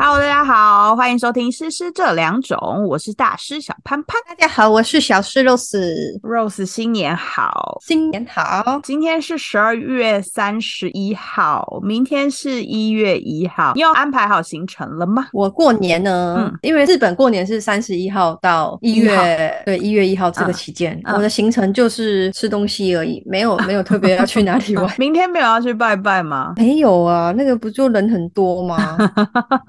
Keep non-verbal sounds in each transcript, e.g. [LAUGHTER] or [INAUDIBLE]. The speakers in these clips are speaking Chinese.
Hello，大家好，欢迎收听《诗诗这两种》，我是大师小潘潘大家好，我是小诗 Rose， Rose，新年好。新年好。今天是十二月三十一号，明天是一月一号，你有安排好行程了吗？我过年呢，嗯因为日本过年是三十一号到一一号月，对，一月一号这个嗯期间，嗯。我的行程就是吃东西而已，没有没有特别要去哪里玩？明天没有要去拜拜吗 [LAUGHS] 没有啊，那个不就人很多 [LAUGHS] 吗？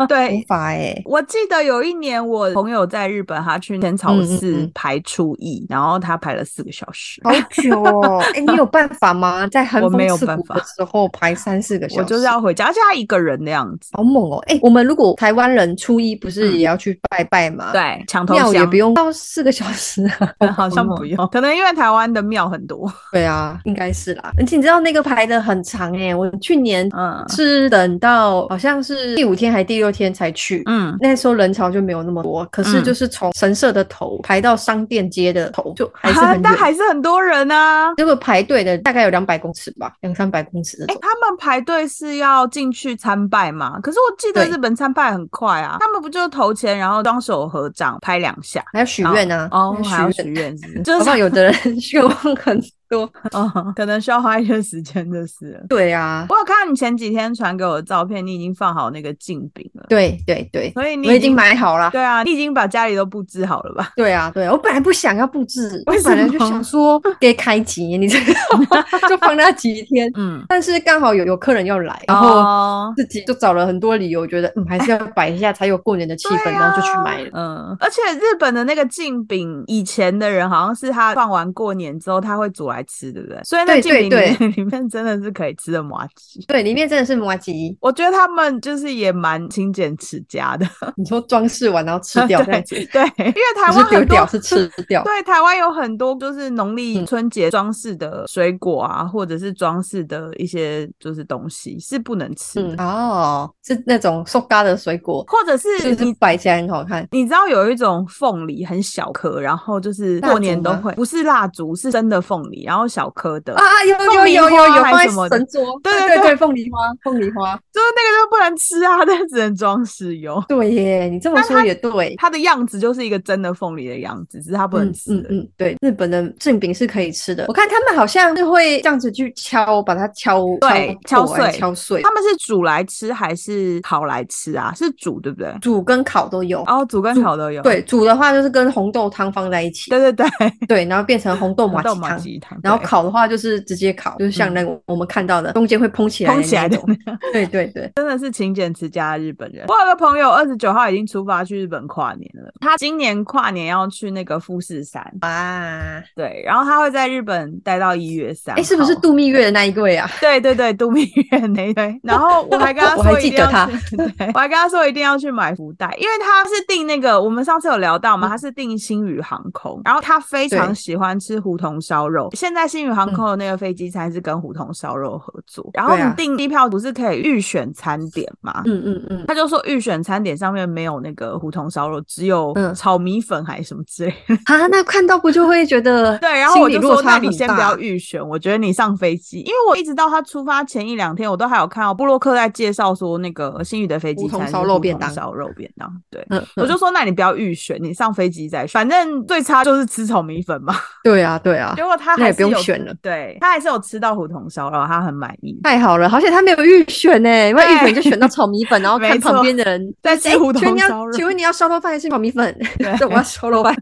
对没，法哎、我记得有一年我朋友在日本，他去天草嗯嗯寺嗯排初一，然后他排了四个小时。好久哦，哎、你有办法吗？在寒我没风有刺办骨法的时候排三四个小时，我就是要回家，而且他一个人的样子。好猛哦！哎、我们如果台湾人初一不是也要去拜拜吗？，嗯对，啊墙头庙也香，不用到四个小时啊 [LAUGHS] 好像不用，嗯可能因为台湾的庙很多。对啊，应该是啦。而且你知道那个排的很长哎、我去年嗯是等到好像是第五天还第六天才去。嗯，那时候人潮就没有那么多，可是嗯就是从神社的头排到商店街的头，就还是啊很但远。还是很多人啊。结果排队的大概有两百公尺吧，两三百公尺那哎、种。他们排队是要进去参拜吗？可是我记得对日本参拜很快啊，他们不就投钱，然后双手合掌拍两下，还要许愿啊，哦，还要许许愿。愿 [LAUGHS] 是不是，好就像是有的人愿望很多，哦，可能需要花一些时间就是了。对啊，我有看到你前几天传给我的照片，你已经放好那个镜饼了，对对对，所以你我已经买好了。对啊，你已经把家里都布置好了吧？对啊，对啊，我本来不想要布置，我为什本来就么想说给开几年，你这个 [LAUGHS] 就放那几天，嗯， [LAUGHS] 但是刚好有有客人要来，然后哦自己就找了很多理由，觉得嗯还是要摆一下才有过年的气氛，对然后就去啊买了。嗯，而且日本的那个镜饼，以前的人好像是他放完过年之后他会煮来吃，对不对？所以对那镜饼里对面 [LAUGHS] 里面真的是可以吃的麻吉。对，里面真的是麻吉，我觉得他们就是也蛮勤俭持家的，你说装饰完然后吃掉这样子，啊 [LAUGHS] 对，[LAUGHS] 因为台不湾是丢很掉多是吃掉。对，台湾有很多就是农历嗯春节装饰的水果啊，或者是装饰的一些就是东西是不能吃的，嗯，哦，是那种塑胶的水果，或者就是是你。摆起来很好看。你知道有一种凤梨很小颗，然后就是蜡过烛年都吗会，不是蜡烛，是真的凤梨，然后小颗的，啊，有有凤梨有有花有还放什么在的神桌，对对对对，凤梨花，凤梨花，就是那个就不能吃啊， [LAUGHS] 但只能装饰用。对耶，你这么但说它也对，它的样子就是一个真的凤梨的样子，只是它不能嗯吃嗯而已。嗯，对，日本的正饼是可以吃的，我看他们好像是会这样子去敲，把它敲，对敲敲破还是碎敲碎他，们是煮来吃还是烤来吃啊？是煮对不对？煮跟烤都有。哦，煮跟煮烤都有。对，煮的话就是跟红豆汤放在一起，对对对，对，然后变成红豆麻豆吉麻汤。鸡汤，然后对嗯烤的话就是直接烤，就是像那个我们看到的中间会蓬起来蓬起那来的种。那样，对对 [LAUGHS] 对，真的是勤俭持家的日本人。我有个朋友二十九号已经出发去日本跨年了，他今年跨年要去那个富士山，哇，对，然后他会在日本待到一月三。哎，是不是？度蜜月的那一位啊？对对对，度蜜月那一 [LAUGHS] 对，然后我还跟他我说还一记定要得他去，对，我还跟他说一定要去买福袋，因为他是订那个我们上次有聊到嘛，嗯他是订星宇航空，然后他非常对嗯喜欢吃胡同烧肉，现在星宇航空的那个飞机餐是跟胡同烧肉合作，然后对你啊订机票不是可以预选餐点吗？嗯嗯嗯，他就说预选餐点上面没有那个胡同烧肉，只有嗯炒米粉还是什么之类的。 [LAUGHS] 啊，那看到不就会觉得对，然后心我理就落说，差那你很先大不要预选，我觉得你上飞机，因为我一直到他出发前一两天，我都还有看到布洛克在介绍说那个呃新宇的飞机胡同餐是烧肉胡便同当烧肉便当。对，嗯，我嗯就说，那你不要预选，你上飞机再选，反正最差就是吃炒米粉嘛。对啊，对啊结，果他那还也是不用有选了，啊对他还是有吃到胡同烧肉，他很满意。太好了，好险他没有预选呢、因为预选就选到炒米粉，然后没看旁错边的人在就是吃哎胡请问同你要烧肉请问你要烧肉饭还是炒米粉？ [LAUGHS] 对对，我要烧肉饭，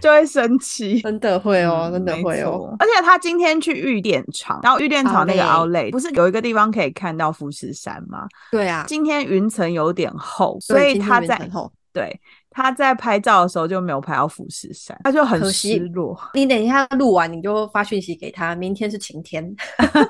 就会生气。真的会哦，嗯真的没会哦。错而且他今天去玉电厂，然后玉电厂那个 Outlet outlet 不是有一个地方可以看到富士山吗？对啊，今天云层有点厚，对所以今天他原在本吼对，他在拍照的时候就没有拍到富士山，他就很可惜失 [LAUGHS] 落。你等一下录完你就发讯息给他，明天是晴天。 [LAUGHS]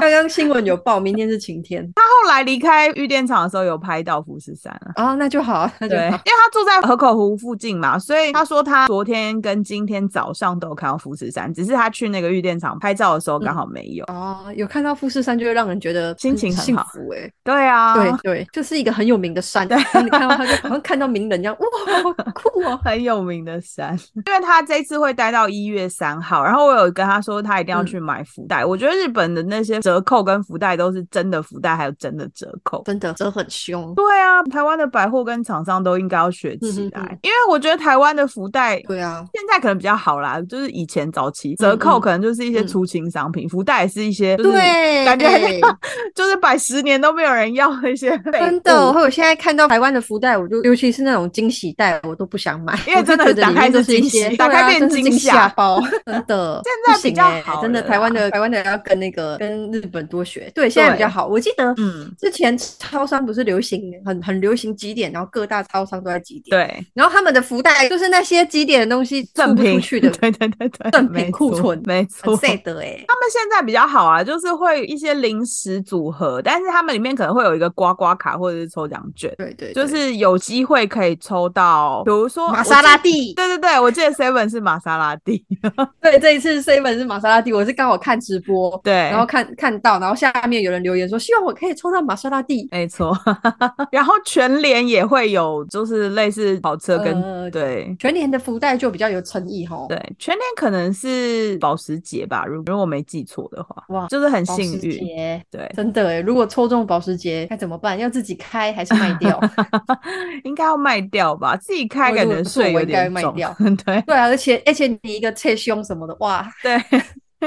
刚刚新闻有报，明天是晴 [LAUGHS] 天后来离开玉电厂的时候有拍到富士山啊。啊，那就好，那就对，因为好。他住在河口湖附近嘛，所以他说他昨天跟今天早上都有看到富士山，只是他去那个玉电厂拍照的时候嗯刚好没有。哦，有看到富士山就会让人觉得心情很幸好福哎、对啊，对对，就是一个很有名的山，然后你看到它就好像看到名人一样，哇，好酷哦！很有名的 [LAUGHS] 山，因为他这次会待到一月三号，然后我有跟他说他一定嗯要去买福袋，我觉得日本的那些折扣跟福袋都是真的福袋，还有 [LAUGHS] 真的折扣。真的折很凶，对啊，台湾的百货跟厂商都应该要学起来，嗯嗯嗯因为我觉得台湾的福袋对啊，现在可能比较好啦，就是以前早期折扣可能就是一些出清商品，福袋也是一些就是嗯对，感觉很哎像就是摆十年都没有人要的一些废真物的，我有现在看到台湾的福袋，我就尤其是那种惊喜袋，我都不想买，因为真的我就觉得打开里面就是是惊一喜些，打开对啊变真是惊惊吓吓 [LAUGHS] 包，真的。现在比较不行欸好了真的啦台湾的台湾的要跟那个跟日本多学，对，现在比较好。我记得嗯，之前超商不是流行很很流行几点，然后各大超商都在几点，对，然后他们的福袋就是那些几点的东西出赠不品出去的 [LAUGHS] 对对对对，赠品没库错存没很错。 sad 哎、欸，他们现在比较好啊，就是会一些零食组合，但是他们里面可能会有一个刮刮卡或者是抽奖券，对对就对是有机会可以抽到，比如说玛莎拉我记蒂，对对对，我记得 Seven 是玛莎拉蒂， [LAUGHS] 对，这一次 seven 是玛莎拉蒂，我是刚好看直播，对，然后看看到，然后下面有人留言说希望我可以抽到玛莎拉蒂，没错， [LAUGHS] 然后全联也会有，就是类似跑车跟、呃对全年的福袋就比较有诚意吼。对，全联可能是保时捷吧，如如果我没记错的话，哇就是很保幸时运，捷对，真的哎，如果抽中保时捷该怎么办？要自己开还是卖 [LAUGHS] 掉？应该要卖掉吧，自己开我感如果觉是我税我有应该点会卖重掉， [LAUGHS] 对对啊，而且而且你一个切胸什么的，哇，对，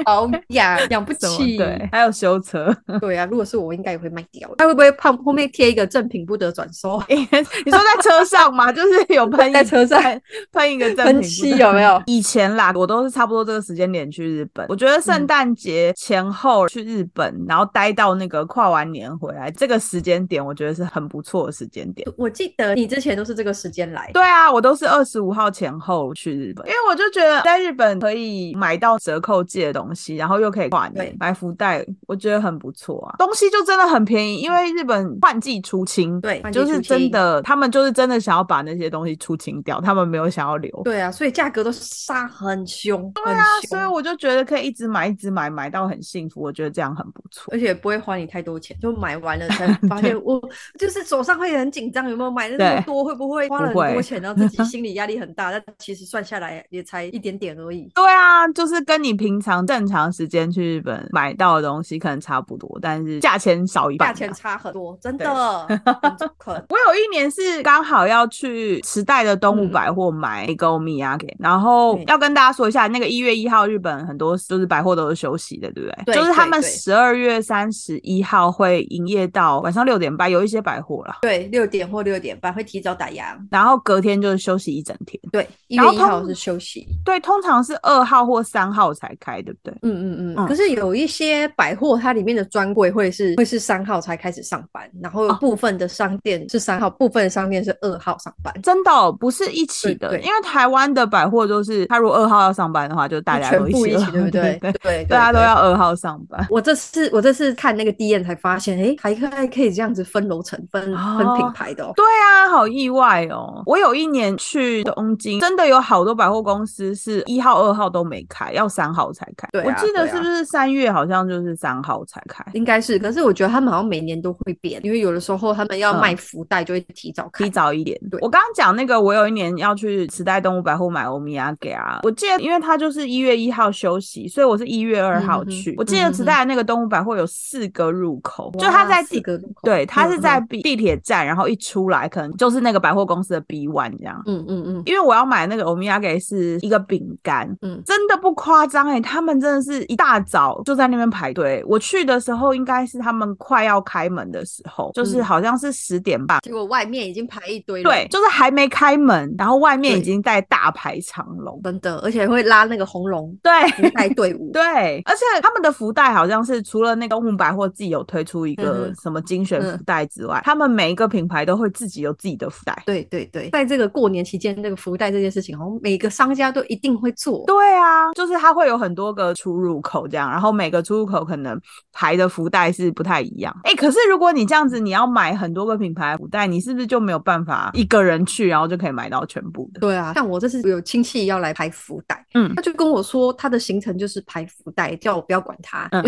好痒，养不什么起。对，还有修车， [LAUGHS] 对啊，如果是我，应该也会卖掉。他会不会怕后面贴一个正品不得转收？ [LAUGHS] 你说在车上吗？就是有喷在一车 [LAUGHS] 上喷喷一个哎赠品分不析是有没有？以前啦，我都是差不多这个时间点去日本。我觉得嗯圣诞节前后去日本，然后待到那个跨完年回来，这个时间点我觉得是很不错的时间点。我记得你之前都是这个时间来，对啊，我都是二十五号前后去日本，因为我就觉得在日本可以买到折扣季的东西，然后又可以跨年对买福袋，我觉得很不错啊。东西就真的很便宜，因为日本换季出清，对换季就出是清真的，他们就是真的想要把那些东西出清掉，他们没有想要留。对啊，所以价格都杀很凶，很啊所以凶，我就觉得可以一直买，一直买，买到很幸福，我觉得这样很不错。而且不会花你太多钱，就买完了才发 [LAUGHS] 现我就是手上会很紧张，有没有买了那么对多，会不会花了很不会多钱，然后 [LAUGHS] 自己心理压力很大？但其实算下来也才一点点而已。对啊，就是跟你平常正常时间去日本买到的东西可能差不多，但是价钱少一半、啊价钱。差很多，真的，很中肯。我有一年是刚好要去时代的东武嗯百货买一个米亚给，然后对要跟大家说一下，那个一月一号日本很多就是百货都是休息的，对不对？对就是他对们对十二月三十一号会营业到晚上六点半，有一些百货啦，对，六点或六点半会提早打烊。然后隔天就是休息一整天。对，一然月后一通号是休息。对，通常是二号或三号才开，对不对？嗯嗯嗯嗯，可是有一些百货，它里面的专柜会是会是三号才开始上班，然后有哦部分的商店是三号，部分的商店是二号上班，真的哦、不是一起的，对对因为台湾的百货就是，他如果二号要上班的话，就大家全都部起一了，起，对不对？ [LAUGHS] 对，对，大家都对。要二号上班。我这次我这次看那个 D N 才发现，诶，还可以可以这样子分楼层、分分哦品牌的哦。对啊，好意外哦！我有一年去东京，真的有好多百货公司是一号、二号都没开，要三号才开。对啊我记得对啊是不是三月好像就是三号才开？应该是，可是我觉得他们好像每年都会变，因为有的时候他们要嗯卖福袋就会提早开。提早一点对。我刚刚讲那个，我有一年要去时代动物百货买欧米亚给啊，我记得因为它就是一月一号休息，所以我是一月二号去。嗯哼哼我记得时代的那个动物百货有四个入口，就它哇在四地。个路口，对，它是嗯在地地铁站，然后一出来可能就是那个百货公司的 B one 这样。嗯嗯嗯因为我要买那个欧米亚给是一个饼干，嗯真的不夸张哎，他们真的是一大早就在那边排队。我去的时候应该是他们快要开门的时候，就是嗯好像是十点半。结果外面已经排一堆人，啊对，就是还没开门，然后外面已对经在大排长龙。真的，而且会拉那个红 [LAUGHS] 龙对福袋队伍。对，而且他们的福袋好像是除了那个东武百货自己有推出一个嗯哼什么精选嗯福袋之外，他们每一个品牌都会自己有自己的福袋。对对对，在这个过年期间，那个福袋这件事情，好像每个商家都一定会做。对啊，就是它会有很多个个出入口这样，然后每个出入口可能排的福袋是不太一样。哎、可是如果你这样子，你要买很多个品牌的福袋，你是不是就没有办法一个人去，然后就可以买到全部的？对啊，像我这次有亲戚要来排福袋，嗯他就跟我说他的行程就是排福袋，叫我不要管他，嗯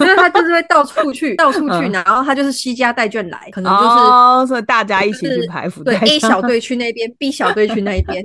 因为他就是会到处去，到处去，嗯然后他就是西家带眷来，可能就是、哦，所以大家一起就去是排福对袋这 A 样，小队去那边，B 小队去那一 [LAUGHS] 边，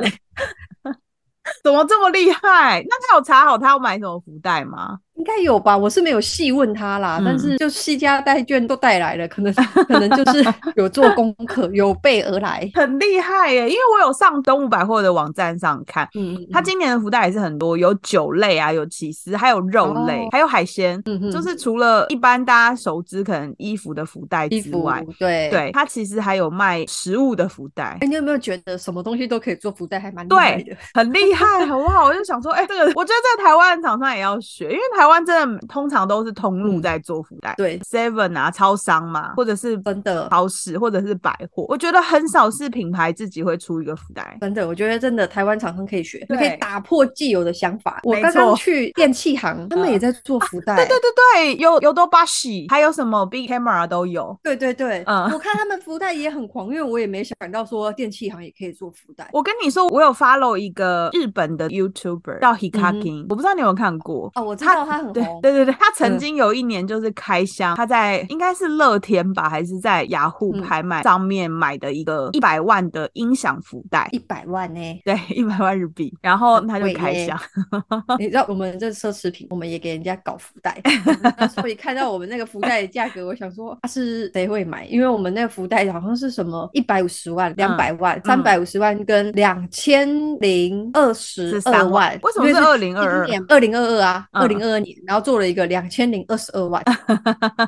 怎么这么厉害？那他有查好他要买什么福袋吗？应该有吧？我是没有细问他啦，嗯但是就西家带眷都带来了，可能 [LAUGHS] 可能就是有做功课，有备而来。很厉害耶！因为我有上东武百货的网站上看，嗯，嗯它今年的福袋也是很多，有酒类啊，有起司，还有肉类，哦还有海鲜。嗯嗯就是除了一般大家熟知可能衣服的福袋衣之服外，对。对它其实还有卖食物的福袋哎、，你有没有觉得什么东西都可以做福袋，还蛮厉对害的？很厉害，好不好？我就想说，哎、这个我觉得在台湾的厂商也要学，因为台湾真的通常都是通路嗯在做福袋对， ，Seven 啊、超商嘛，或者是真的超市或者是百货，我觉得很少是品牌自己会出一个福袋。真的，我觉得真的台湾厂商可以学，你可对以打破既有的想法。我没刚刚错嗯去电器行，他们也在做福袋。对对对对，有有多巴喜，还有什么 Big Camera 都有。对对对嗯我看他们福袋也很狂，因为我也没想到说电器行也可以做福袋。我跟你说，我有 follow 一个日本的 YouTuber 叫 Hikaki，、我不知道你有没有看过。嗯哦，我知道它很对红，对对对，他曾嗯经有一年就是开箱，他在应该是乐天吧，还是在雅虎嗯拍卖上面买的一个一百万的音响福袋，一百万呢、对，一百万日币，然后他就贵开耶箱， [LAUGHS] 你知道我们这奢侈品，我们也给人家搞福袋。那时候一看到我们那个福袋的价格，我想说他是谁会买？因为我们那个福袋好像是什么一百五十万、嗯两百万、三百五十万跟两千零二十二13万万。为什么因是今2022年二零二二啊，嗯二零二二年，然后做了一个两千零二十二 [LAUGHS] 万，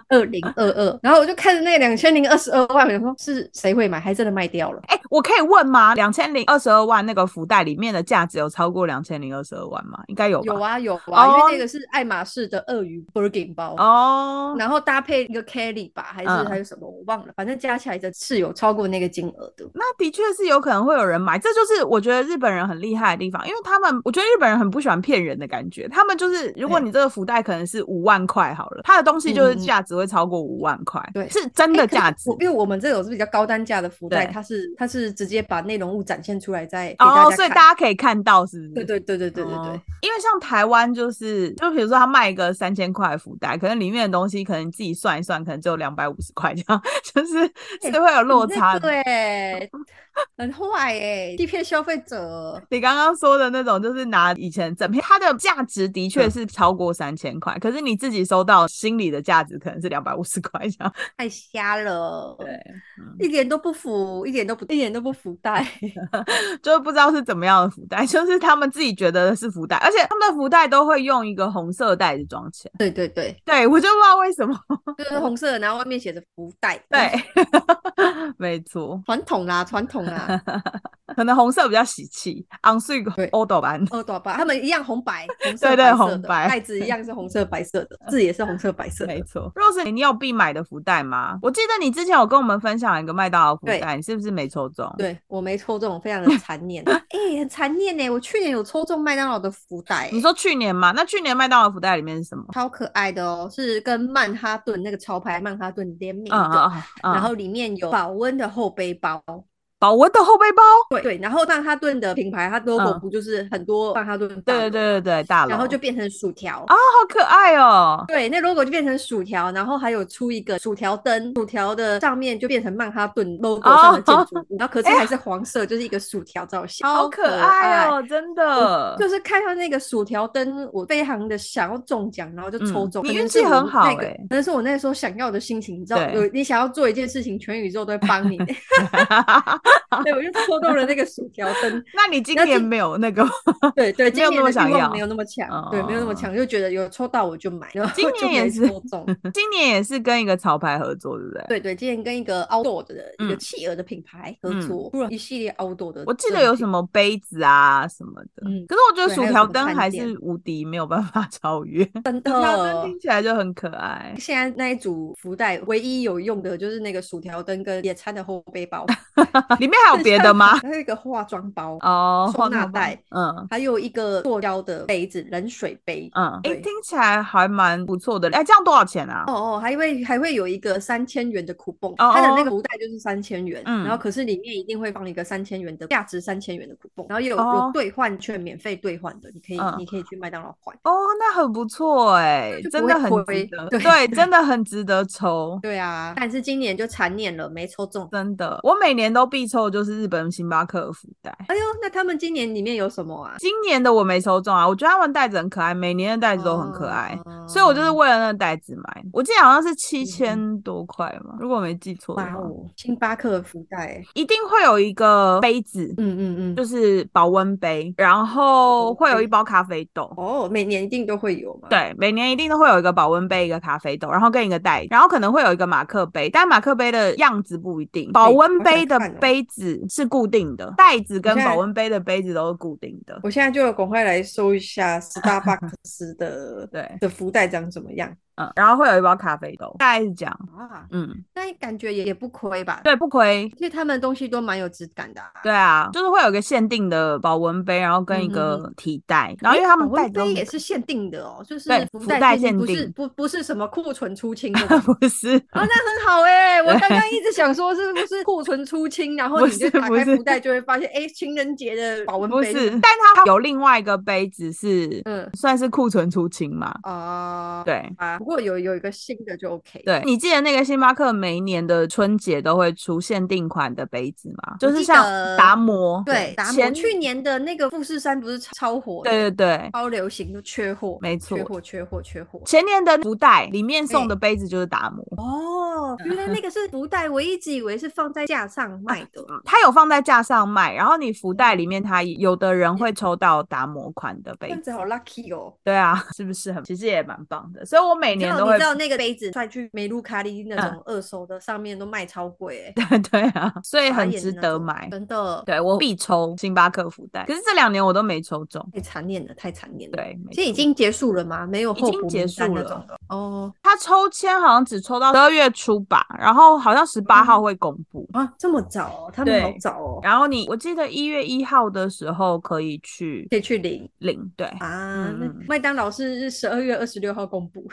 二零二二。然后我就看着那两千零二十二万，我想说是谁会买？还真的卖掉了。哎、我可以问吗？两千零二十二万那个福袋里面的价值有超过两千零二十二万吗？应该有吧？有啊有啊，因哦为那个是爱马仕的鳄鱼 Bergen 包。哦，然后搭配一个 Kelly 吧，还是嗯还有什么我忘了，反正加起来的是有超过那个金额的。那的确是有可能会有人买，这就是我觉得日本人很厉害的地方，因为他们我觉得日本人很不喜欢骗人的感觉，他们就是如果对你这个福袋可能是五万块好了，它的东西就嗯是嗯嗯价值会超过五万块，对是真的诶可是价值我。因为我们这种是比较高单价的福袋，对它是它是直接把内容物展现出来再给哦，家所以看大家可以看到，是不是？对对对对对对对，哦因为像台湾就是，就比如说他卖一个三千块的福袋，可能里面的东西可能你自己算一算，可能只有两百五十块这样， [LAUGHS] 就是哎是会有落差的。对、欸很坏哎、欺骗消费者。你刚刚说的那种，就是拿以前整片，它的价值的嗯确是超过三千块，可是你自己收到心里的价值可能是两百五十块这样。太瞎了，，一点都不符，一点都不，一点都不福袋。 [LAUGHS] [LAUGHS] 就是不知道是怎么样的福袋， [LAUGHS] 就是他们自己觉得是福袋，而且他们的福袋都会用一个红色袋子装起来。对对对，对，我就不知道为什么。就是红色的，然后外面写着福袋。， [LAUGHS] 对，没错，传统啦，传统啦，可能红色比较喜气昂 n s u 哦对 o d 版。二朵吧，他们一样红白，红色对对白色红的白袋子一样是红色白色 [LAUGHS] 的，字也是红色白色的没。错，Rose，你有必买的福袋吗？我记得你之前有跟我们分享一个麦当劳福对袋，你是不是没抽中？对我没抽中，非常的残念。哎、很残念呢、我去年有抽中麦当劳的福袋、你说去年吗？那去年麦当劳福袋里面是什么？超可爱的哦，是跟曼哈顿那个潮牌曼哈顿联名的，嗯嗯嗯，然后里面有保温的后背包。保温的后背包，对对，然后曼哈顿的品牌，它 logo 嗯不就是很多曼哈顿、对对，对对对，大楼，然后就变成薯条啊，好可爱哦，对，那 logo 就变成薯条，然后还有出一个薯条灯，薯条的上面就变成曼哈顿 logo 哦上的建筑 [LAUGHS] 物，然后可是还是黄色，就是一个薯条造型，哎好超可爱爱。哦，真的，就是看到那个薯条灯，我非常的想要中奖，然后就抽嗯中。你可能运是气我很好那个欸可能是我那时候想要的心情，你知道，对有你想要做一件事情，全宇宙都会 [LAUGHS] 帮你。对，我就抽中了那个薯条灯。那你今那年今没有那个吗？对对，今年没有那么的想欲望要没有那么强，对，没有那么哦强，就觉得有抽到我就买，然后今就年没也是抽中。今年也是跟一个潮牌合作，对不对？对对，之前跟一个 outdoor 的一个嗯企鹅的品牌合嗯作，出了一系列 outdoor 的。我记得有什么？么杯子啊什么的，嗯可是我觉得对薯还有条什么灯饭还店是无敌，没有办法 [LAUGHS] 超越。真薯条灯的听起来就很可爱，现 [LAUGHS] 在那一组福袋唯一有用的就是那个薯条灯跟野餐的后背包，啊里面还有别的吗？还有一个化妆包， [LAUGHS] 哦，收放纳到吧袋，嗯还有一个塑胶的杯子，冷水杯。嗯，哎、对听起来还蛮不错的。哎、这样多少钱啊？哦哦，还会还会有一个三千元的 coupon，、哦它的哦那个福袋就是三千元，嗯然后可是里面一定会放一个三千元的价值三千元的 coupon，然后也有、哦有兑换券，免费兑换的，你可以、嗯你可以去麦当劳换。哦，那很不错哎、就不真的会很值亏得，对对，真的很值得抽。对啊，但是今年就残念了，没抽中。真的，我每年都必抽的就是日本星巴克的福袋。哎呦，那他们今年里面有什么啊？今年的我没抽中啊，我觉得他们袋子很可爱，每年的袋子都很可爱，哦所以我就是为了那个袋子买。我记得好像是七千嗯多块嘛，如果我没记错的哇话，哦，星巴克的福袋，一定会有一个杯子，嗯嗯嗯，就是保温杯，然后会有一包咖啡豆。哦，每年一定都会有嘛。，对，每年一定都会有一个保温杯、一个咖啡豆，然后跟一个袋，然后可能会有一个马克杯，但马克杯的样子不一定。保哎温好杯想的看哦杯子是固定的，袋子跟现在保温杯的杯子都是固定的。我现在就赶快来搜一下 Starbucks 的对，的福袋长什么 [LAUGHS] 样嗯，然后会有一包咖啡豆，大概是这样。啊？嗯，那感觉也也不亏吧？对，不亏。因为他们东西都蛮有质感的、啊。对啊，就是会有一个限定的保温杯，然后跟一嗯嗯个嗯提袋，诶，然后因为他们保袋温子都杯很也是限定的哦，就是对福福袋袋限不是定不不是什么库存出清 [LAUGHS] 的啊，不是，那很好哎、我对刚刚一直想说是不 [LAUGHS] 是库存出清，然后不你就是打不开是福袋就会发现，哎、情人节的保温不杯是，但它有另外一个杯子是，嗯算是库存出清嘛。啊、对啊，不过有有一个新的就 OK。对，你记得那个星巴克每一年的春节都会出限定款的杯子吗？就是记像得达摩，对，达摩前去年的那个富士山不是超超火的，对对对，超流行，就缺货，没缺错货，缺货，缺货。前年的福袋里面送哎的杯子就是达摩，哦，原来那个是福袋，我一直以为是放在架啊上卖的。啊它有放在架上卖，然后你福袋里面它有的人会抽到达摩款的这杯样子子，好 lucky 哦！对啊， [LAUGHS] 是不是很？其实也蛮棒的，所以我每你知年道都你会嗯知，道那个杯子再去梅露卡利那种二手的，上面都卖超贵、欸， [LAUGHS] 对啊，所以傻很眼值的那得种买。真的对我必抽星巴克福袋，可是这两年我都没抽中。太残念了，太残念了。对，没其实已错经结束了吗？没有已候经补结名单束那了种的哦他抽签好像只抽到十二月初吧，然后好像十八号会公布。啊，这么早、哦，他们对好早哦，然后你，我记得一月一号的时候可以去可以去领领，对， [LAUGHS] 啊。那嗯嗯麦当劳是十二月二十六号公 [LAUGHS] 布，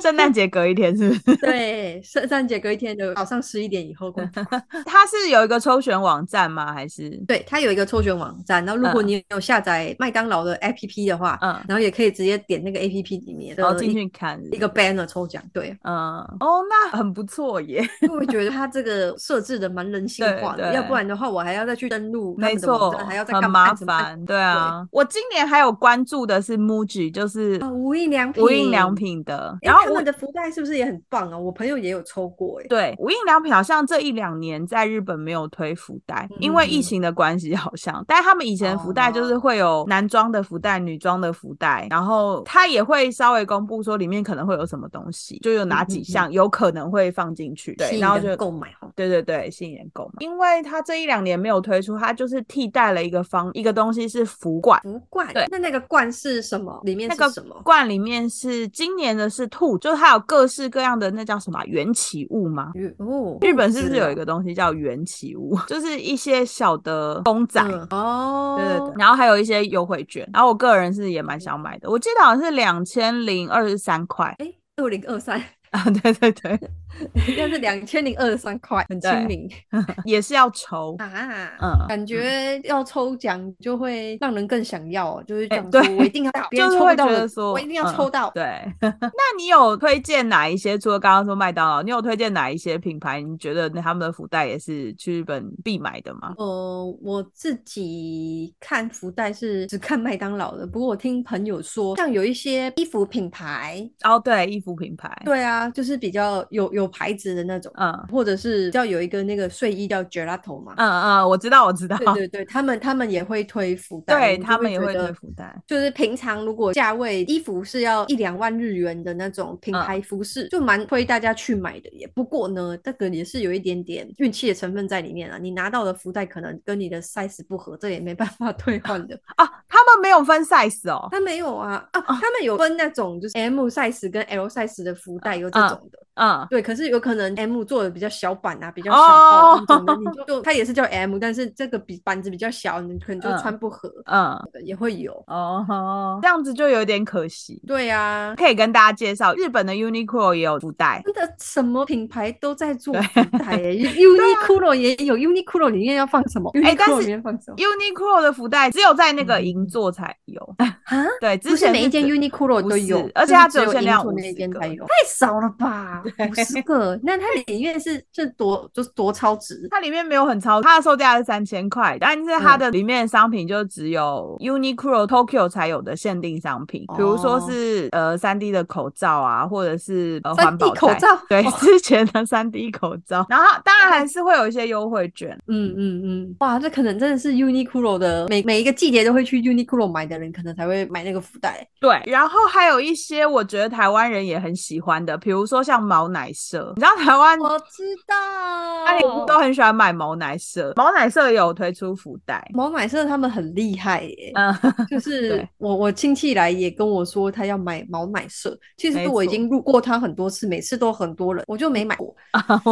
圣诞节隔一天是不是？ [LAUGHS] 对，圣诞节隔一天的早上十一点以后公 [LAUGHS] 布。它是有一个抽选网站吗？还是对，它有一个抽选网站，然后如果嗯你有下载麦当劳的 APP 的话，嗯，然后也可以直接点那个 APP 里面然后的进一去看是不一个是 banner 抽奖。 [LAUGHS] 对，嗯，哦，那很不错 [LAUGHS] 耶，因为我觉得它这个设置的蛮人性对化的，对要不然的话我还要再去登录他没们的网错，站，还要再很干嘛麻按什么按烦，对啊。我今年还有关注的是 MUJI，就是啊，无印良品，无印良，品的，然然后后他我们的福袋是不是也很棒啊？我朋友也有抽过、欸，对，无印良品好像这一两年在日本没有推福袋，因为嗯疫哦情的关系，好像。但他们以前福袋就是会有男装的福袋、女装的福袋，然后他也会稍微公布说里面可能会有什么东西，就有哪嗯嗯几嗯项有可能会放进去。吸对，引然后人就购买哦。对对对，吸引人购买。因为他这一两年没有推出，他就是替代了一个方一个东西是福罐。福罐，对那那个罐是什么？里面那是个什么？罐里面是今年的是兔，就是它有各式各样的那叫什么啊缘起物吗？日哦，日本是不是有一个？个东西叫缘起物， [LAUGHS] 就是一些小的公仔，嗯哦，对对对，然后还有一些优惠券，然后我个人是也蛮想买的，我记得好像是两千零二十三块哎，二零二三，啊， [LAUGHS] 对对对，应该是两千零二十三块，很对亲民 [LAUGHS] 也是要抽，啊。嗯，感觉要抽奖就会让人更想要哦，就是哎想对说我一定要 [LAUGHS] 到，别就人是抽会不觉到得的，说我一定要嗯抽到。对， [LAUGHS] 那你有推荐哪一些？除了刚刚说麦当劳，你有推荐哪一些品牌？你觉得他们的福袋也是去日本必买的吗？呃，我自己看福袋是只看麦当劳的，不过我听朋友说，像有一些衣服品牌，哦，对，衣服品牌，对啊，就是比较有有牌子的那种，嗯或者是比较有一个那个睡衣叫 Gelato 嘛，嗯嗯，我知道，我知道，对对对，他们他们也会推福袋， [LAUGHS] 对他们也会推推。福袋。就是平常如果价位衣服是要一两万日元的那种品嗯牌服饰，就蛮推大家去买的耶。不过呢，这个也是有一点点运气的成分在里面啊。你拿到的福袋可能跟你的 size 不合，这也没办法 [LAUGHS] 退换的。啊，他们没有分 size [LAUGHS] 哦。它没有啊啊，他们有分那种就是 M size 跟 L size 的福袋，有这嗯种的。嗯，对，可是有可能 M 做的比较小版啊，比较小号哦那种的， [LAUGHS] 你就就它也是叫 M，但是这个比板子比较小，你可能就嗯穿不合，嗯，也会有。哦，这样子就有点可惜。对呀、啊，可以跟大家介绍，日本的 Uniqlo 也有福袋，真的什么品牌都在做福袋 [LAUGHS] 耶，Uniqlo 也有，Uniqlo 里面要放什么哎但是？Uniqlo 里面放什么？ Uniqlo 的福袋只有在那个银座才有，嗯啊？ [LAUGHS] 对，不之是前每一间只 Uniqlo 不都是有，而且就它是只有有限银量座那50一间个才有，太少了 [LAUGHS] 吧？五十个，那它里面是这多就是多超值？它里面没有很超，它的售价是三千块，但是它的里面的商品就只有 Uniqlo Tokyo 才有的限定商品，比如说是呃三 D 的口罩啊，或者是呃 3D [LAUGHS] 环保哦袋口罩对哦之前的三 D 口罩，然后它当然还是会有一些优惠券，嗯嗯嗯，哇，这可能真的是 Uniqlo 的每每一个季节都会去 Uniqlo 买的人，可能才会买那个福袋。对，然后还有一些我觉得台湾人也很喜欢的，比如说像毛奶社，你知道台湾我知道，家里都很喜欢买毛奶社，毛奶社也有推出福袋，毛买社他们很厉害耶、嗯， [LAUGHS] 就是对我我亲戚来也跟我说他要买毛奶社，其没实错我已经路过他很多次，每次都很多人，我就没买过。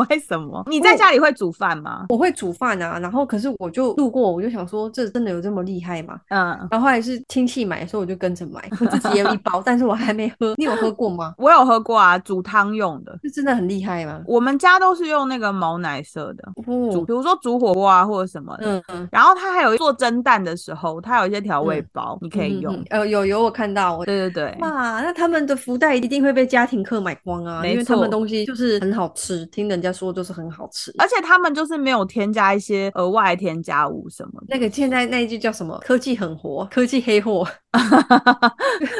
为什么？你在家里会煮饭吗？哦我会煮饭啊，然后可是我就路过，我就想说这真的有这么厉害吗？嗯。然后后来是亲戚买的时候，我就跟着买，我自己也有一包，但是我还没喝。你有喝过吗？我有喝过啊，煮汤用的。这真的很厉害吗？我们家都是用那个毛奶色的，煮，哦，比如说煮火锅啊或者什么的。嗯嗯，然后它还有做蒸蛋的时候，它有一些调味嗯包，你可以嗯用。嗯呃，有有我看到，我对对对，哇，那他们的福袋一定会被家庭客买光啊，没因为他们错东西就是很好吃，听人家说就是很好吃。而且他们就是没有添加一些额外添加物什么的。那个现在那一句叫什么？科技狠活，科技黑 [LAUGHS] 货，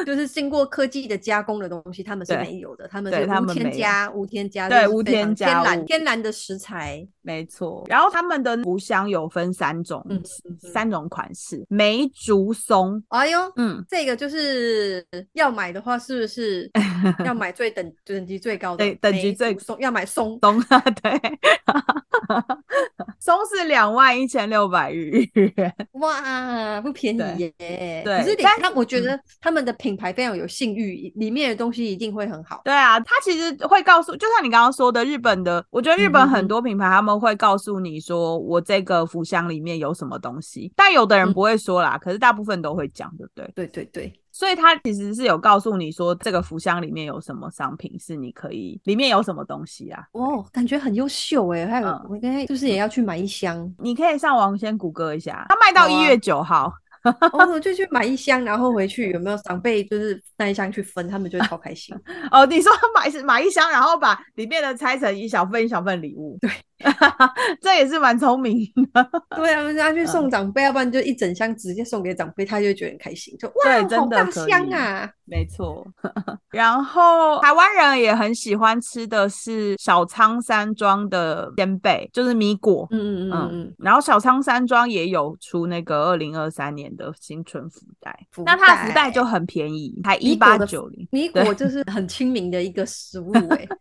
就是经过科技的加工的东西，他们是对没有的，他们对是他无们没添有加、无添加，对就是无非常添加天物然天然的食材。没错，然后他们的竹香有分三种，嗯嗯嗯三种款式，梅竹松，哎呦，嗯，这个就是要买的话，是不 [LAUGHS] 是要买最等等级最高的？对等级梅最竹松要买松。松 [LAUGHS] 啊，对，松是两万一千六百日元，哇，不便宜耶！对可是你但嗯看，我觉得他们的品牌非常有信誉，里面的东西一定会很好。对啊，他其实会告诉，就像你刚刚说的，日本的，我觉得日本嗯嗯很嗯多品牌他们会告诉你说，我这个福箱里面有什么东西，但有的人嗯不会说啦，可是大部分都会讲，对不对？对对对，所以他其实是有告诉你说，这个福箱里面有什么商品是你可以，里面有什么东西啊。哦，感觉很优秀哎！还有，嗯我应该就是也要去买一 [LAUGHS]，箱你可以上网先谷歌一下，它卖到好啊一月九号，哦，我就去买一箱，然后回去有没有长辈就是那一箱去分，他们就会超开心。哦，你说买买一箱，然后把里面的拆成一小份一小份礼物，对， [LAUGHS] 这也是蛮聪明的。对啊，他去嗯送长辈，要不然就一整箱直接送给长辈，他就会觉得很开心，就哇，对好真的大可箱以啊！没错， [LAUGHS] 然后台湾人也很喜欢吃的是小仓山庄的鲜贝，就是米果。嗯嗯嗯嗯嗯，然后小仓山庄也有出那个二零二三年的新春福袋，嗯福那它的福袋袋就很便宜，才一米果八的九零，米对果就是很亲民的一个食 [LAUGHS] 物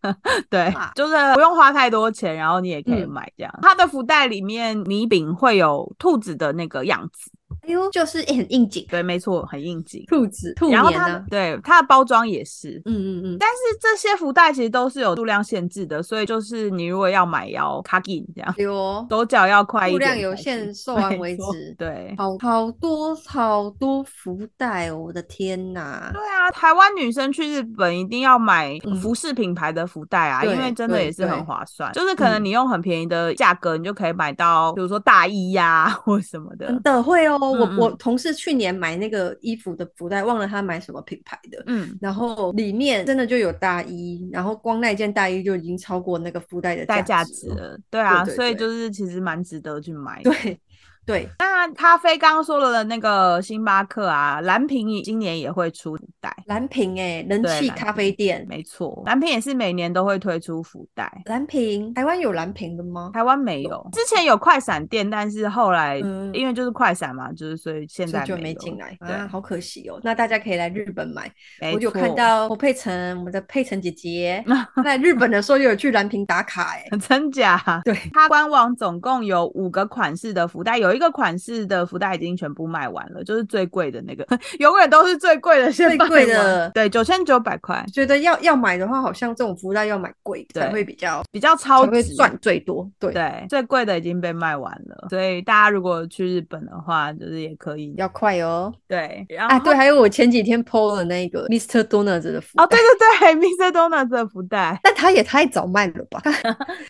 哎、对哇，啊就是不用花太多钱，然后你也可以嗯买这样。它的福袋里面米饼会有兔子的那个样子，哎呦，就是、欸、很应景，对，没错，很应景。兔子兔年然后它啊的，对它的包装也是，嗯嗯嗯，但是这些福袋其实都是有数量限制的，所以就是你如果要买要卡紧这样，有哦手脚要快一数点才量行，有限，售完没为错止。对。好好多好多福袋哦，我的天呐！对啊，台湾女生去日本一定要买嗯服饰品牌的福袋啊，对因为真的对也是很对划算。就是可能嗯你用很便宜的价格，你就可以买到，比如说大衣呀、或什么的真。的会哦，我嗯我嗯同事去年买那个衣服的福袋，忘了他买什么品牌的，嗯，然后里面真的就有大衣，然后光那件大衣就已经超过那个福袋的带价值值了。了，对啊，对所以对就是其实蛮值得去买的。对对，那咖啡刚刚说了的那个星巴克啊，蓝瓶今年也会出福袋，蓝瓶哎、人对气蓝咖啡店，没错，蓝瓶也是每年都会推出福袋。蓝瓶，台湾有蓝瓶的吗？台湾没有，之前有快闪店，但是后来、哦嗯因为就是快闪嘛，就是所以现所在以就没有进来对，啊，好可惜哦。那大家可以来日本买，没我有看错到侯佩岑，我们的佩岑姐姐在日本的时候也有去蓝瓶打卡哎、 [LAUGHS] 真假？对，它官网总共有五个款式的福袋，有一一个款式的福袋已经全部卖完了，就是最贵的那个， [LAUGHS] 永远都 [LAUGHS] 是最贵的先最卖贵完的对，九千九百块，觉得要要买的话，好像这种福袋要买贵的才对会比较比较才超会值赚最多。对，对，最贵的已经被卖完了，所以大家如果去日本的话，就是也可以要快哦。对，然后、啊，对，还有我前几天 PO 了那个 Mr. Donuts 的福袋，哦，对对对，Mr. Donuts 的福袋。但它也太早卖了 [LAUGHS] 吧？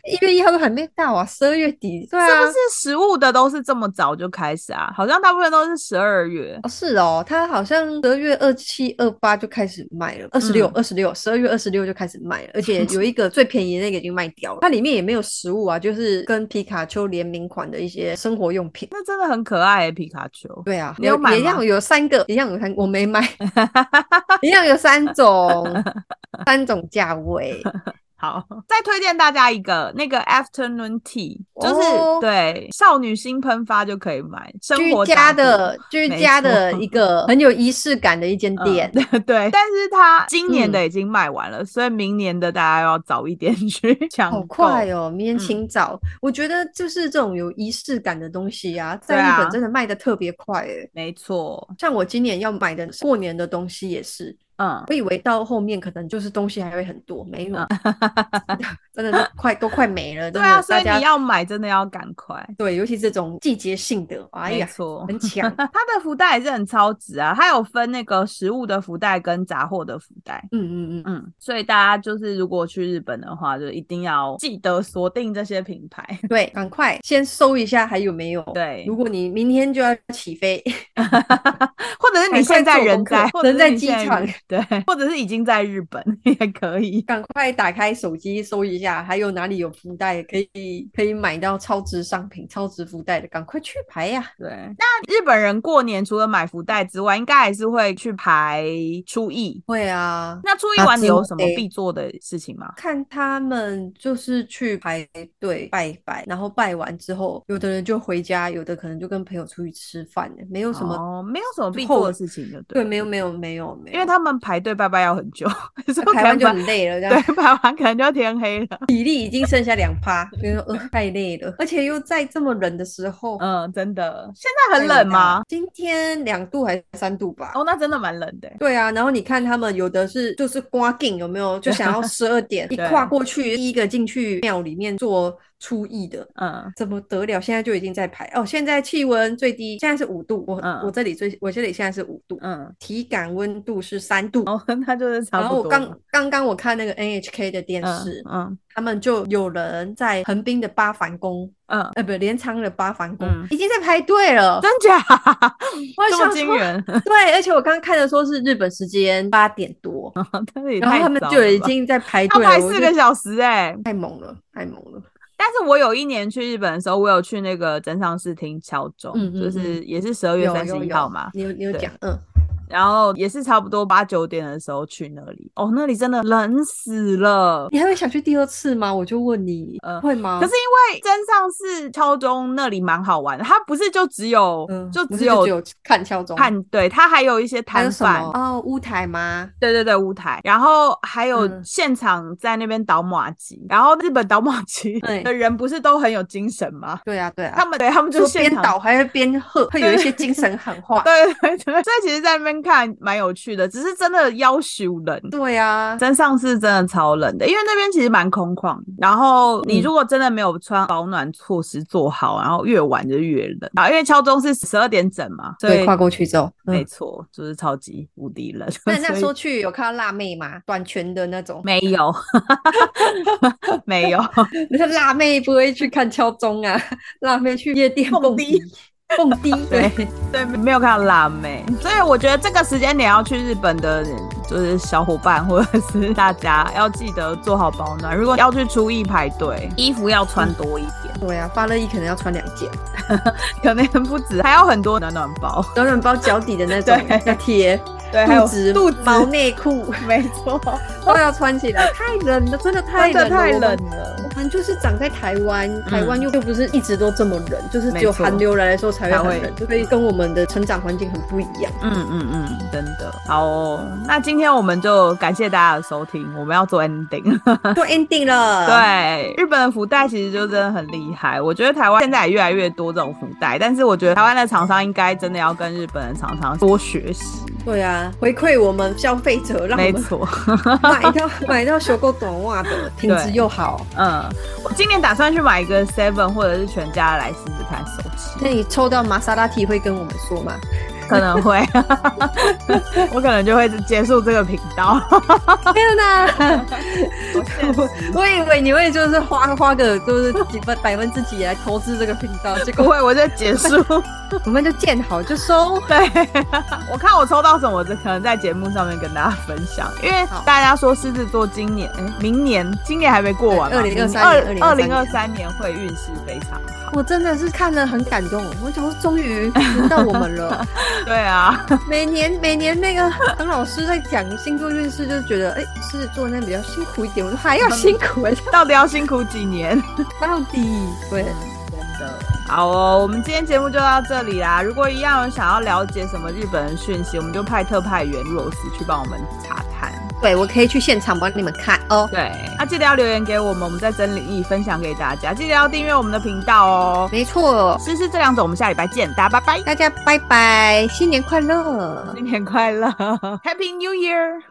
一月一号都还没到啊，十二月底， [LAUGHS] 对是啊，不是食物的都是这么早就开始啊？好像大部分都是十二月。哦，是哦，它好像十二月二七、二八就开始卖了，二十嗯六、二十六，十二月二十六就开始卖了，而且 [LAUGHS] 有一个最便宜的那个已经卖掉了，它里面也没有食物啊，就是跟皮卡丘联名款的一些生活用品。那真的很可爱、欸，皮卡丘。对啊，你有买也一吗样有三个，一样有三，我没 [LAUGHS] 买，一样有三种，三种价位。好，再推荐大家一个那个 Afternoon Tea，就是、哦对少女心喷发就可以买，生居活家杂货的居没家的错一个很有仪式感的一间店。 [LAUGHS] 对，但是它今年嗯的已经卖完了，所以明年的大家要早一点去 [LAUGHS] 抢购。好快哦！明天嗯清早，我觉得就是这种有仪式感的东西啊，在对日啊本真的卖的特别快诶、没错，像我今年要买的过年的东西也是，嗯，我以为到后面可能就是东西还会很多，没有，真的都 [LAUGHS] 快都快没了。嗯对真啊，的，所大以你家要买真的要赶快。对，尤其这种季节性的，哎没呀，错，很 [LAUGHS] 强。它的福袋也是很超值啊，它有分那个食物的福袋跟杂货的福袋。嗯嗯嗯，嗯，所以大家就是如果去日本的话，就一定要记得锁定这些品牌。 [LAUGHS] 对，赶快先搜一下还有没有。对如果你明天就要起飞，或者是赶快你现在做人功课在，或者人是在你机现场日 [LAUGHS] 对，或者是已经在日本也可以。赶快打开手机搜一下，还有哪里有福袋可以可以买到超值商品、超值福袋的，赶快去排呀、对，那日本人过年除了买福袋之外，应该还是会去排初一。会啊，那初一啊完你有什么对必做的事情吗？看他们就是去排队拜拜，然后拜完之后，有的人就回家，有的可能就跟朋友出去吃饭，没有什么、哦，没有什么必后做的事情就对，了没有没有没有没有，因为他们排队拜拜要很久， [LAUGHS] 所以排完可就能很累了，这排样对排完可能就天黑了。体力已经剩下两趴，因为呃太累了，而且又在这么冷的时候，嗯，真的，现在很太冷大吗了？？今天两度还是三度吧？哦，那真的蛮冷的欸。对啊，然后你看他们有的是就是刮腚有没有，就想要十二 [LAUGHS] 点一对跨过去，第一个进去庙里面做初一的，嗯，怎么得了？现在就已经在排哦，现在气温最低，现在是五度，我、嗯我这里最我这里现在是五度，嗯，体感温度是三度。哦， [LAUGHS] 那就是差然不后多了。我刚刚刚我看那个 NHK 的电嗯视，嗯他们就有人在横滨的八幡宫，嗯，呃，不，镰仓的八幡宫、嗯已经在排队了。真假？ [LAUGHS] 我这么想惊说，人， [LAUGHS] 对，而且我刚看的说是日本时间八点多，这里然后太他们早就了已吧经在排要队了，排我四就个小时哎、太猛了，太猛了。但是我有一年去日本的时候，我有去那个真上寺听敲钟，嗯嗯就是也是十二月有三十有一有号嘛，你有你有对讲，嗯，然后也是差不多八九点的时候去那里。哦，那里真的冷死了。你还会想去第二次吗？我就问你，呃会吗？可是因为真上寺敲钟那里蛮好玩的，它不是就只有、嗯，就不只是就有只有看敲钟，看，对，它还有一些还有摊什贩么，？哦，乌台吗？对对对，舞台，然后还有嗯现场在那边倒马吉，然后日本倒马吉对的人不是都很有精神吗？对啊，对啊，他们对他们就就是现边场倒还会边喝，会有一些精神喊话。 [LAUGHS] 对对对，所以其实在那边看蛮有趣的，只是真的要求冷。对啊，真上是真的超冷的，因为那边其实蛮空旷。然后你嗯如果真的没有穿保暖措施做好，然后越晚就越冷啊。因为敲钟是十二点整嘛，所以对，跨过去之后，没嗯，错，就是超级无敌冷。那所那以时候去有看到辣妹吗？短裙的那种，没有， [LAUGHS] 没有，那辣妹不会去看敲钟啊， [LAUGHS] 辣妹去夜店蹦蹦迪 [LAUGHS] 迪，蹦迪，对。对，没有看到辣妹，所以我觉得这个时间点要去日本的，就是小伙伴或者是大家要记得做好保暖。如果要去初一排队，衣服要穿多一点，对啊，发热衣可能要穿两件，可能不止，还有很多暖暖包，暖暖包脚底的那种 [LAUGHS] 对要贴，对，还有肚子、肚子毛内裤 [LAUGHS] 没错，都要穿起来，太冷了，真的太冷了，真的太我们冷了。嗯们就是长在台湾，台湾又又不是一直都这么冷，就是只有没错寒流来的时候才才会会很冷，就会跟我们的成长环境很不一 [LAUGHS] 样。嗯嗯嗯，真的好哦。那今天我们就感谢大家的收听，我们要做 ending。做 ending 了，，对，日本的福袋其实就真的很厉害。我觉得台湾现在也越来越多这种福袋，但是我觉得台湾的厂商应该真的要跟日本的厂商多学习。对啊，回馈我们消费者，让我没们错，买到 [LAUGHS] 买到修够短袜的，品质对又好。嗯，我今年打算去买一个 Seven 或者是全家来试试看手机，那你抽到玛莎拉蒂会跟我们说 [LAUGHS] 吗？可能会， [LAUGHS] 我可能就会结束这个频道。天哪！我现实我以为你会就是花花个就是几分百分之几来投资这个频道，结 [LAUGHS] 不果会，我就结束。我们就见好就收。对，我看我抽到什么，我就可能在节目上面跟大家分享，因为好大家说狮子座今年、诶明年、今年还没过完嘛，嗯对2023年二零二三年会运势非常 [LAUGHS] 好。我真的是看了很感动，我想说终于轮到我们了。 [LAUGHS] 对啊， [LAUGHS] 每年每年那个唐老师在讲星座运势，就觉得哎，狮子座那比较辛苦一点，我说还要辛苦哎，到底要辛苦几年？到底对。 [LAUGHS] 真的。好哦，我们今天节目就到这里啦。如果一样有想要了解什么日本的讯息，我们就派特派员 Rose 去帮我们查探。对，我可以去现场帮你们看哦。对，啊，记得要留言给我们，我们再整理分享给大家。记得要订阅我们的频道哦。没错，诗诗这两种，我们下礼拜见，大家拜拜。大家拜拜，新年快乐！新年快乐，Happy New Year！